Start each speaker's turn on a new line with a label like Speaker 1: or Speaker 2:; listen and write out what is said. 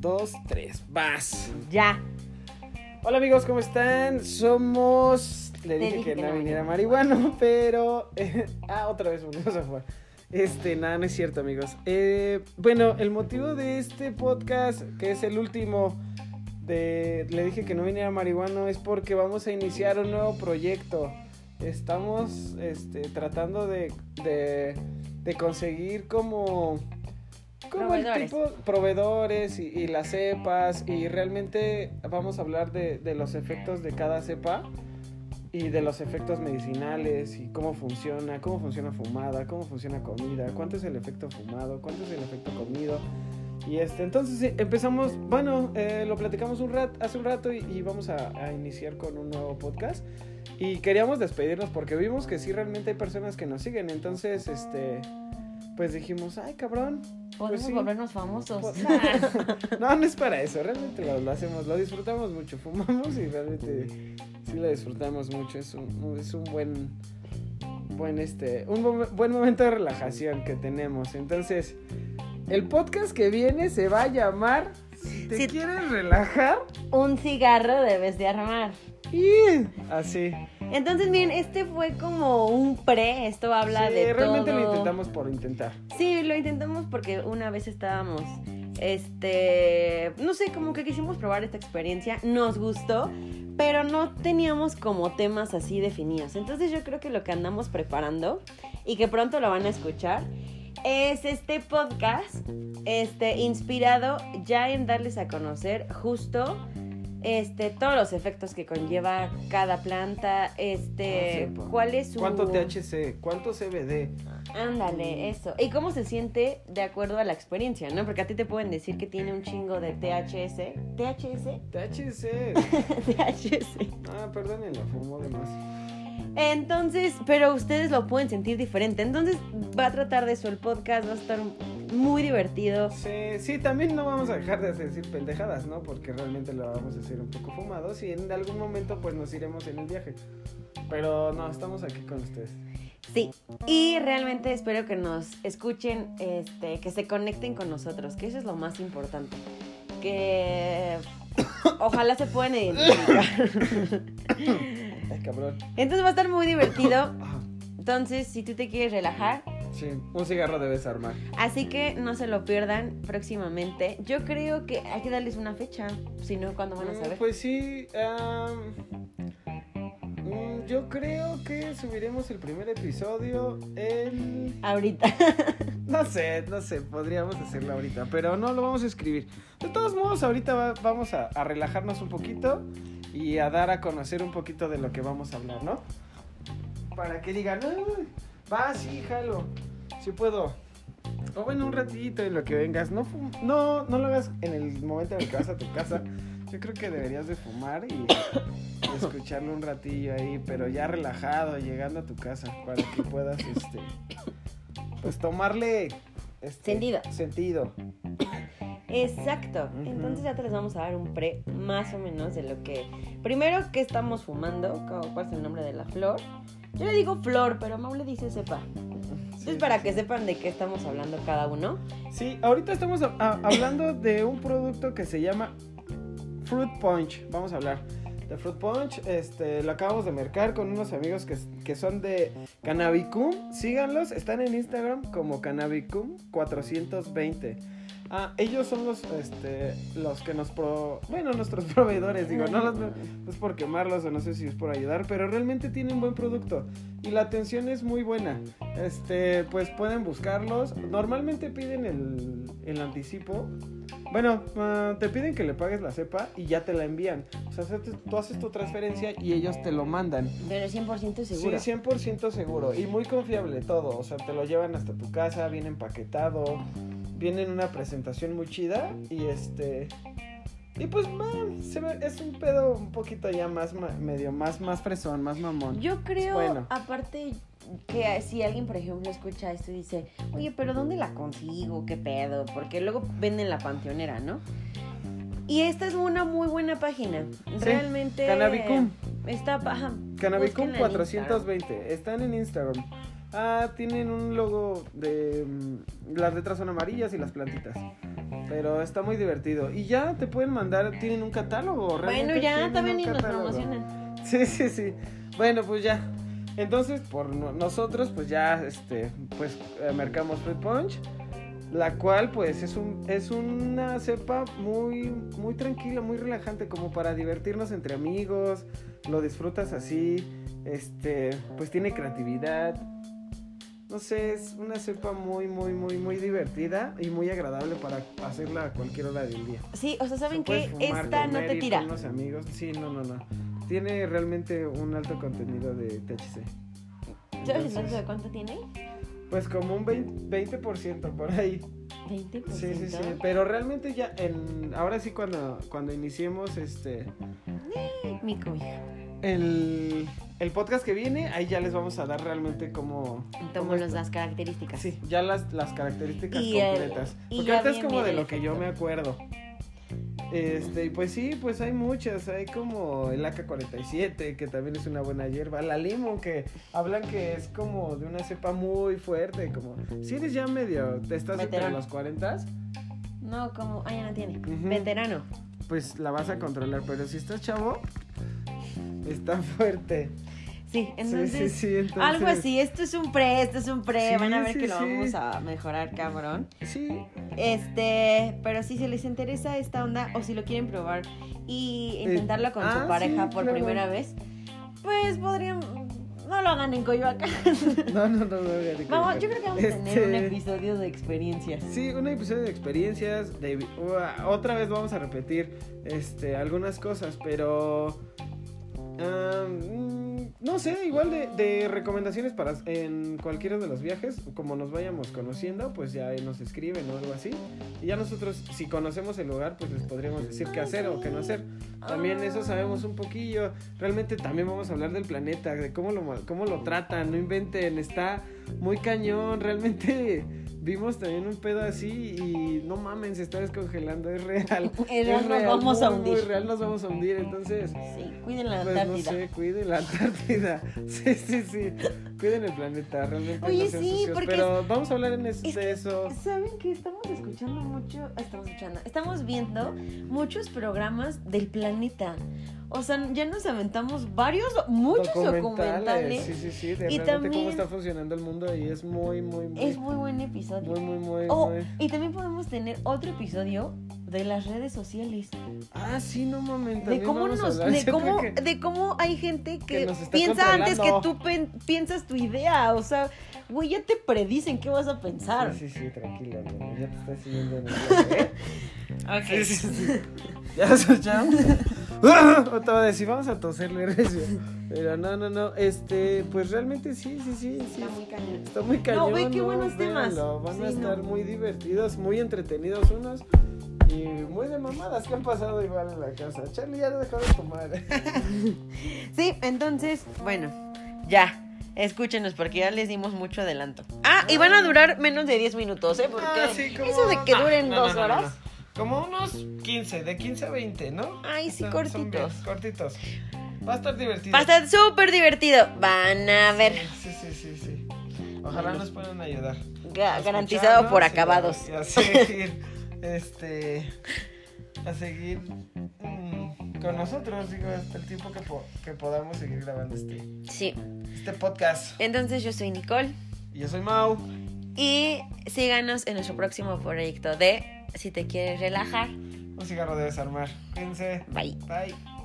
Speaker 1: dos, tres, vas.
Speaker 2: Ya.
Speaker 1: Hola amigos, ¿cómo están? Somos... Le
Speaker 2: Te
Speaker 1: dije,
Speaker 2: dije
Speaker 1: que, no viniera
Speaker 2: no.
Speaker 1: marihuano, pero... ah, otra vez volvimos a jugar. Este, nada, no es cierto amigos. Eh, bueno, el motivo de este podcast, que es el último de... Le dije que no viniera marihuano, es porque vamos a iniciar un nuevo proyecto. Estamos este, tratando de, de, de conseguir como... Como el
Speaker 2: Proveedores.
Speaker 1: tipo proveedores y, y las cepas y realmente vamos a hablar de, de los efectos de cada cepa y de los efectos medicinales y cómo funciona, cómo funciona fumada, cómo funciona comida, cuánto es el efecto fumado, cuánto es el efecto comido. Y este, entonces eh, empezamos, bueno, eh, lo platicamos un rat, hace un rato y, y vamos a, a iniciar con un nuevo podcast. Y queríamos despedirnos porque vimos que sí realmente hay personas que nos siguen. Entonces, este, pues dijimos, ay cabrón,
Speaker 2: Podemos
Speaker 1: Pues sí. Pues
Speaker 2: volvernos famosos.
Speaker 1: no, no es para eso, realmente lo, lo hacemos, lo disfrutamos mucho, fumamos y realmente sí lo disfrutamos mucho, es un, es un buen, buen, este, un buen, buen momento de relajación que tenemos. Entonces, el podcast que viene se va a llamar Si te
Speaker 2: Si-
Speaker 1: quieres relajar
Speaker 2: Un cigarro debes de armar.
Speaker 1: y así.
Speaker 2: Entonces, miren, este fue como un pre. Esto habla
Speaker 1: Sí,
Speaker 2: de
Speaker 1: realmente
Speaker 2: todo.
Speaker 1: lo intentamos por intentar.
Speaker 2: Sí, lo intentamos porque una vez estábamos, este, no sé, como que quisimos probar esta experiencia, nos gustó, pero no teníamos como temas así definidos. Entonces yo creo que lo que andamos preparando y que pronto lo van a escuchar es este podcast, este, inspirado ya en darles a conocer justo. Este, todos los efectos que conlleva cada planta, este,
Speaker 1: Ah, sí, pa.
Speaker 2: cuál es su...
Speaker 1: ¿Cuánto THC? ¿Cuánto CBD?
Speaker 2: Ándale, eso. ¿Y cómo se siente de acuerdo a la experiencia, no? Porque a ti te pueden decir que tiene un chingo de THS. ¿THS?
Speaker 1: THC.
Speaker 2: THS.
Speaker 1: Ah, perdónenlo, fumo de más.
Speaker 2: Entonces, pero ustedes lo pueden sentir diferente. Entonces, va a tratar de eso el podcast, va a estar muy divertido.
Speaker 1: Sí, sí, también no vamos a dejar de decir pendejadas, ¿no? Porque realmente lo vamos a hacer un poco fumados y en algún momento pues nos iremos en el viaje. Pero no, estamos aquí con ustedes.
Speaker 2: Sí. Y realmente espero que nos escuchen, este, que se conecten con nosotros, que eso es lo más importante. Que ojalá se puedan identificar.
Speaker 1: Ay, cabrón.
Speaker 2: Entonces va a estar muy divertido.
Speaker 1: Ah,
Speaker 2: Entonces, si tú te quieres relajar,
Speaker 1: sí, un cigarro debes armar.
Speaker 2: así que no se lo pierdan próximamente. Yo creo que hay que darles una fecha, si no, ¿cuándo van a
Speaker 1: Mm,
Speaker 2: saber?
Speaker 1: Pues sí, am, mm, yo creo que subiremos el primer episodio el...
Speaker 2: Ahorita.
Speaker 1: No sé, no sé, podríamos hacerlo ahorita, pero no lo vamos a escribir. De todos modos, ahorita va- vamos a, a relajarnos un poquito y a dar a conocer un poquito de lo que vamos a hablar, ¿no? Para que digan, "Uy, va, sí, jalo, sí puedo. O bueno, un ratito en lo que vengas, no, fum- no, no lo hagas en el momento en el que vas a tu casa. Yo creo que deberías de fumar y, y escucharlo un ratillo ahí, pero ya relajado, llegando a tu casa, para que puedas, este, pues tomarle... este,
Speaker 2: Sentido.
Speaker 1: Sentido.
Speaker 2: Exacto.
Speaker 1: Ujú.
Speaker 2: Entonces ya te les vamos a dar un pre más o menos de lo que... Primero, ¿qué estamos fumando? ¿Cómo- ¿Cuál es el nombre de la flor? Yo le digo flor, pero Mau le dice sepa.
Speaker 1: Sí,
Speaker 2: Entonces, para
Speaker 1: sí,
Speaker 2: que
Speaker 1: sí.
Speaker 2: sepan de qué estamos hablando cada uno.
Speaker 1: Sí, ahorita estamos a- a- hablando de un producto que se llama Fruit Punch. Vamos a hablar de Fruit Punch. Este, lo acabamos de mercar con unos amigos que, que son de Cannabicum. Síganlos, están en Instagram como Cannabicum420. Ah, ellos son los, este, los que nos pro... Bueno, nuestros proveedores, digo, no, los, no es por quemarlos o no sé si es por ayudar, pero realmente tienen buen producto y la atención es muy buena. Este, pues pueden buscarlos. Normalmente piden el, el anticipo. Bueno, ah, te piden que le pagues la cepa y ya te la envían. O sea, se- tú haces tu transferencia y ellos te lo mandan.
Speaker 2: Pero 100% seguro.
Speaker 1: Sí, 100% seguro y muy confiable todo. O sea, te lo llevan hasta tu casa, viene empaquetado, viene en una presentación muy chida y este... Y pues, man, se ve- es un pedo un poquito ya más, ma- medio más, más fresón, más mamón.
Speaker 2: Yo creo,
Speaker 1: Bueno.
Speaker 2: aparte, que si alguien, por ejemplo, escucha esto y dice, oye, pero ¿dónde la consigo? ¿Qué pedo? Porque luego venden la panteonera, ¿no? Y esta es una muy buena página. Realmente.
Speaker 1: Cannabicum.
Speaker 2: Está. Ajá,
Speaker 1: Canabicum
Speaker 2: búsquenla en Instagram.
Speaker 1: 420, están en Instagram. Ah, tienen un logo de... mm, Las letras son amarillas y las plantitas. Pero está muy divertido. Y ya te pueden mandar, tienen un catálogo.
Speaker 2: Bueno,
Speaker 1: realmente
Speaker 2: ya
Speaker 1: tienen
Speaker 2: también
Speaker 1: un
Speaker 2: ni nos
Speaker 1: catálogo.
Speaker 2: promocionan.
Speaker 1: Sí, sí, sí. Bueno, pues ya. Entonces, por no- nosotros, pues ya, este, pues eh, mercamos Fruit Punch. La cual, pues, es, un, es una cepa muy, muy tranquila, muy relajante, como para divertirnos entre amigos. Lo disfrutas así. Este, pues tiene creatividad. No sé, es una cepa muy, muy, muy, muy divertida y muy agradable para hacerla a cualquier hora del día.
Speaker 2: Sí, o sea,
Speaker 1: Se
Speaker 2: ¿saben
Speaker 1: puede
Speaker 2: qué?
Speaker 1: fumar,
Speaker 2: Esta no
Speaker 1: comer,
Speaker 2: te
Speaker 1: ir
Speaker 2: tira.
Speaker 1: con unos amigos. Sí, no, no, no. Tiene realmente un alto contenido de THC.
Speaker 2: ¿Sabes el
Speaker 1: Entonces,
Speaker 2: de cuánto tiene?
Speaker 1: Pues como un 20%, 20% por ahí.
Speaker 2: 20%.
Speaker 1: Sí, sí, sí. Pero realmente ya, en, ahora sí cuando, cuando iniciemos este,
Speaker 2: Mi cobija.
Speaker 1: el, el podcast que viene, ahí ya les vamos a dar realmente como...
Speaker 2: Tomo los- las características.
Speaker 1: Sí, ya las, las características
Speaker 2: Y el-
Speaker 1: completas.
Speaker 2: y
Speaker 1: Porque
Speaker 2: ya
Speaker 1: ahorita es
Speaker 2: bien,
Speaker 1: como
Speaker 2: bien
Speaker 1: de
Speaker 2: el
Speaker 1: lo que yo
Speaker 2: efecto.
Speaker 1: me acuerdo. Este, y pues sí, pues hay muchas. Hay como el AK-47, que también es una buena hierba. La limo, que hablan que es como de una cepa muy fuerte. Como, si eres ya medio, te estás entre
Speaker 2: Veterano.
Speaker 1: los 40,
Speaker 2: No, como. Ah, ya no tiene.
Speaker 1: Ujú.
Speaker 2: Veterano.
Speaker 1: pues la vas a controlar. Pero si estás chavo, está fuerte.
Speaker 2: Sí,
Speaker 1: Sí,
Speaker 2: entonces.
Speaker 1: sí, sí, entonces-
Speaker 2: Algo así, esto es un pre, esto es un pre,
Speaker 1: Sí,
Speaker 2: van a ver
Speaker 1: sí,
Speaker 2: que lo
Speaker 1: sí.
Speaker 2: vamos a mejorar, cabrón.
Speaker 1: Sí,
Speaker 2: Este, pero si se les interesa esta onda o si lo quieren probar y intentarlo con
Speaker 1: ah,
Speaker 2: su
Speaker 1: sí,
Speaker 2: pareja por
Speaker 1: claro.
Speaker 2: primera vez, pues podrían, no lo hagan en Coyoacán.
Speaker 1: no, no, no, no. voy a
Speaker 2: Vamos, yo creo que vamos a tener un
Speaker 1: Este-
Speaker 2: episodio de experiencias.
Speaker 1: Sí, un episodio de experiencias. De, ua- otra vez vamos a repetir este, algunas cosas, pero. ah, mm, no sé, igual de, de recomendaciones para en cualquiera de los viajes, como nos vayamos conociendo, pues ya ahí nos escriben o algo así. Y ya nosotros, si conocemos el lugar, pues les podríamos decir qué hacer o qué no hacer. También eso sabemos un poquillo. Realmente también vamos a hablar del planeta, de cómo lo, ma- cómo lo tratan, no inventen, está muy cañón. Realmente vimos también un pedo así y no mamen, se está descongelando, es real.
Speaker 2: Eh, nos vamos a
Speaker 1: muy, muy
Speaker 2: hundir.
Speaker 1: real, nos vamos a hundir. Entonces,
Speaker 2: Sí, cuiden la
Speaker 1: pues no
Speaker 2: Antártida.
Speaker 1: sé, cuiden la Antártida. Sí, sí, sí, cuiden el planeta, realmente.
Speaker 2: Oye,
Speaker 1: no sean
Speaker 2: sí,
Speaker 1: sucios,
Speaker 2: porque
Speaker 1: Pero vamos a hablar en este, es-
Speaker 2: es
Speaker 1: de eso.
Speaker 2: ¿Saben que estamos escuchando mucho? Estamos escuchando, estamos viendo muchos programas del planeta. O sea, ya nos aventamos varios, muchos documentales.
Speaker 1: Sí, sí, sí, de
Speaker 2: ¿eh? Y
Speaker 1: realmente
Speaker 2: también-
Speaker 1: cómo está funcionando el mundo y es muy, muy, muy.
Speaker 2: Es muy buen episodio.
Speaker 1: Muy, muy, muy,
Speaker 2: Oh,
Speaker 1: muy.
Speaker 2: y también podemos tener otro episodio de las redes sociales.
Speaker 1: Ah, sí, no mames.
Speaker 2: De
Speaker 1: también
Speaker 2: cómo,
Speaker 1: vamos a
Speaker 2: nos,
Speaker 1: hablar.
Speaker 2: de,
Speaker 1: Yo
Speaker 2: cómo,
Speaker 1: creo que-
Speaker 2: de cómo hay gente
Speaker 1: que
Speaker 2: que,
Speaker 1: nos está
Speaker 2: piensa antes que
Speaker 1: controlando.
Speaker 2: tú pen- piensas tu idea. O sea, güey, ya te predicen qué vas a pensar.
Speaker 1: Sí, sí, sí, tranquila, güey, Ya te estás siguiendo en el viaje, ¿eh? Sí, sí, sí. ¿Ya lo escuchamos? Otra vez, decir, vamos a toserle recio. Pero no, no, no. Este, pues realmente sí, sí, sí. sí.
Speaker 2: Está muy cañón.
Speaker 1: Está muy cañón.
Speaker 2: ve qué buenos temas.
Speaker 1: véanlo, Van a
Speaker 2: Sí,
Speaker 1: estar
Speaker 2: no.
Speaker 1: muy divertidos, muy entretenidos unos. Y muy de mamadas que han pasado igual en la casa. Charlie ya lo dejó de tomar.
Speaker 2: Sí, entonces, bueno, ya. Escúchenos porque ya les dimos mucho adelanto. Ah, y van a durar menos de 10 minutos, ¿eh? Porque
Speaker 1: Ah, sí, como-
Speaker 2: eso de que
Speaker 1: no,
Speaker 2: duren
Speaker 1: no, no, no,
Speaker 2: dos
Speaker 1: no,
Speaker 2: horas.
Speaker 1: no. Como unos 15, de 15 a 20, ¿no?
Speaker 2: Ay, sí,
Speaker 1: Son- son
Speaker 2: cortitos.
Speaker 1: bien, cortitos. Va a estar divertido.
Speaker 2: Va a estar súper divertido. Van a ver.
Speaker 1: Sí, sí, sí, sí. Ojalá
Speaker 2: Bueno.
Speaker 1: nos puedan ayudar.
Speaker 2: Ga-
Speaker 1: A
Speaker 2: garantizado
Speaker 1: escucharnos
Speaker 2: por
Speaker 1: y a-
Speaker 2: acabados.
Speaker 1: Y a seguir, este, a seguir mm, con nosotros, digo, hasta el tiempo que, po- que podamos seguir grabando este,
Speaker 2: Sí.
Speaker 1: este podcast.
Speaker 2: Entonces yo soy Nicole.
Speaker 1: Y Yo soy Mau.
Speaker 2: Y síganos en nuestro próximo proyecto de Si te quieres relajar.
Speaker 1: Un cigarro de desarmar. Cuídense.
Speaker 2: Bye.
Speaker 1: Bye.